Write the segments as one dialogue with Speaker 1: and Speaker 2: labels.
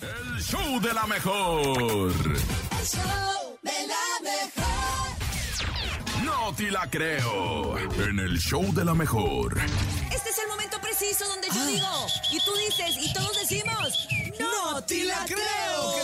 Speaker 1: El show de la mejor.
Speaker 2: El show de la mejor.
Speaker 1: No te la creo. En el show de la mejor.
Speaker 3: Este es el momento preciso donde yo digo, y tú dices, y todos decimos, no, te la
Speaker 4: ¿Qué tal,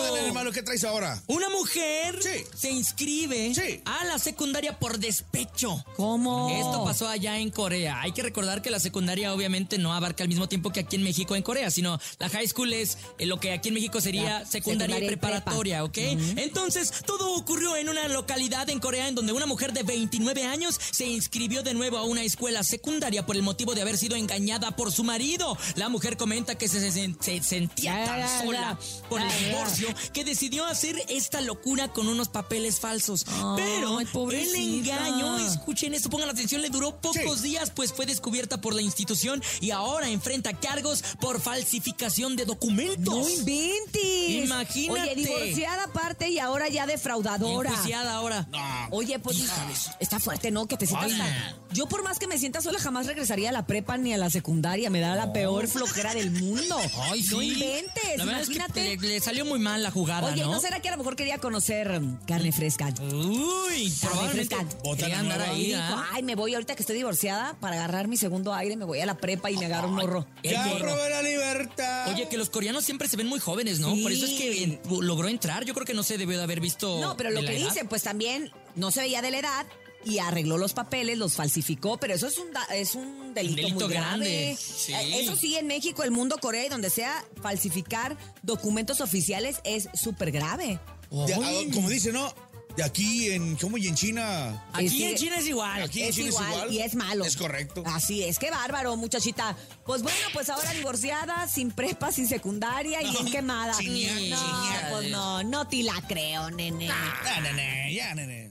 Speaker 3: creo.
Speaker 4: hermano? ¿Qué traes ahora?
Speaker 5: Una mujer
Speaker 4: Sí.
Speaker 5: se inscribe
Speaker 4: Sí.
Speaker 5: a la secundaria por despecho.
Speaker 3: ¿Cómo?
Speaker 5: Esto pasó allá en Corea. Hay que recordar que la secundaria obviamente no abarca al mismo tiempo que aquí en México en Corea, sino la high school es eh, lo que aquí en México sería
Speaker 3: La
Speaker 5: secundaria,
Speaker 3: secundaria y
Speaker 5: y preparatoria, ¿ok? Entonces, todo ocurrió en una localidad en Corea en donde una mujer de 29 años se inscribió de nuevo a una escuela secundaria por el motivo de haber sido engañada por su marido. La mujer comenta que se, se- se sentía
Speaker 3: Ya, ya,
Speaker 5: tan
Speaker 3: ya.
Speaker 5: sola por el
Speaker 3: Ya, ya.
Speaker 5: divorcio que decidió hacer esta locura con unos papeles falsos.
Speaker 3: Ay,
Speaker 5: Pero el
Speaker 3: pobrecita.
Speaker 5: engaño es Escuchen esto, pongan atención, le duró pocos
Speaker 4: Sí.
Speaker 5: días, pues fue descubierta por la institución y ahora enfrenta cargos por falsificación de documentos.
Speaker 3: No inventes.
Speaker 5: Imagínate.
Speaker 3: Oye, divorciada aparte y ahora ya defraudadora.
Speaker 5: Enjuiciada ahora.
Speaker 3: Oye, pues está fuerte, ¿no? Que te sientas
Speaker 5: Hola.
Speaker 3: tan- Yo por más que me sienta sola jamás regresaría a la prepa ni a la secundaria. Me da la peor flojera del mundo.
Speaker 5: Ay,
Speaker 3: No
Speaker 5: sí.
Speaker 3: inventes,
Speaker 5: La verdad es que
Speaker 3: imagínate.
Speaker 5: le, le salió muy mal la jugada,
Speaker 3: Oye, ¿y
Speaker 5: ¿no?
Speaker 3: ¿no será que a lo mejor quería conocer mm, carne fresca?
Speaker 5: Uy, probablemente
Speaker 3: refrescan.
Speaker 5: quería andar
Speaker 3: Y
Speaker 5: ahí,
Speaker 3: dijo,
Speaker 5: ¿ah?
Speaker 3: ay, me voy ahorita que estoy divorciada para agarrar mi segundo aire, me voy a la prepa y me agarro un morro.
Speaker 5: Qué
Speaker 4: ¡Ya
Speaker 5: bueno.
Speaker 4: robé la libertad!
Speaker 5: Oye, que los coreanos siempre se ven muy jóvenes, ¿no?
Speaker 3: Sí.
Speaker 5: Por eso es que en- logró entrar. Yo creo que no se debió de haber visto.
Speaker 3: No, pero lo
Speaker 5: de la
Speaker 3: que
Speaker 5: edad.
Speaker 3: dicen, pues también no se veía de la edad y arregló los papeles, los falsificó, pero eso es un, da- es un delito,
Speaker 5: delito
Speaker 3: muy grave.
Speaker 5: grande, sí.
Speaker 3: Eh, Eso sí, en México, el mundo, Corea y donde sea, falsificar documentos oficiales es súper grave.
Speaker 4: De-
Speaker 5: Uy.
Speaker 4: ah, como dice, ¿no? De aquí en... ¿Cómo? Y en China.
Speaker 5: Aquí
Speaker 3: Este-
Speaker 5: en China es igual.
Speaker 4: Aquí en China es igual.
Speaker 3: y es malo.
Speaker 4: Es correcto.
Speaker 3: Así es, qué bárbaro, muchachita. Pues bueno, pues ahora divorciada, sin prepa, sin secundaria y bien quemada.
Speaker 4: Chiña,
Speaker 3: no,
Speaker 5: chiña.
Speaker 3: pues no, no te la creo, nene.
Speaker 4: Ah, nene, ya, nene.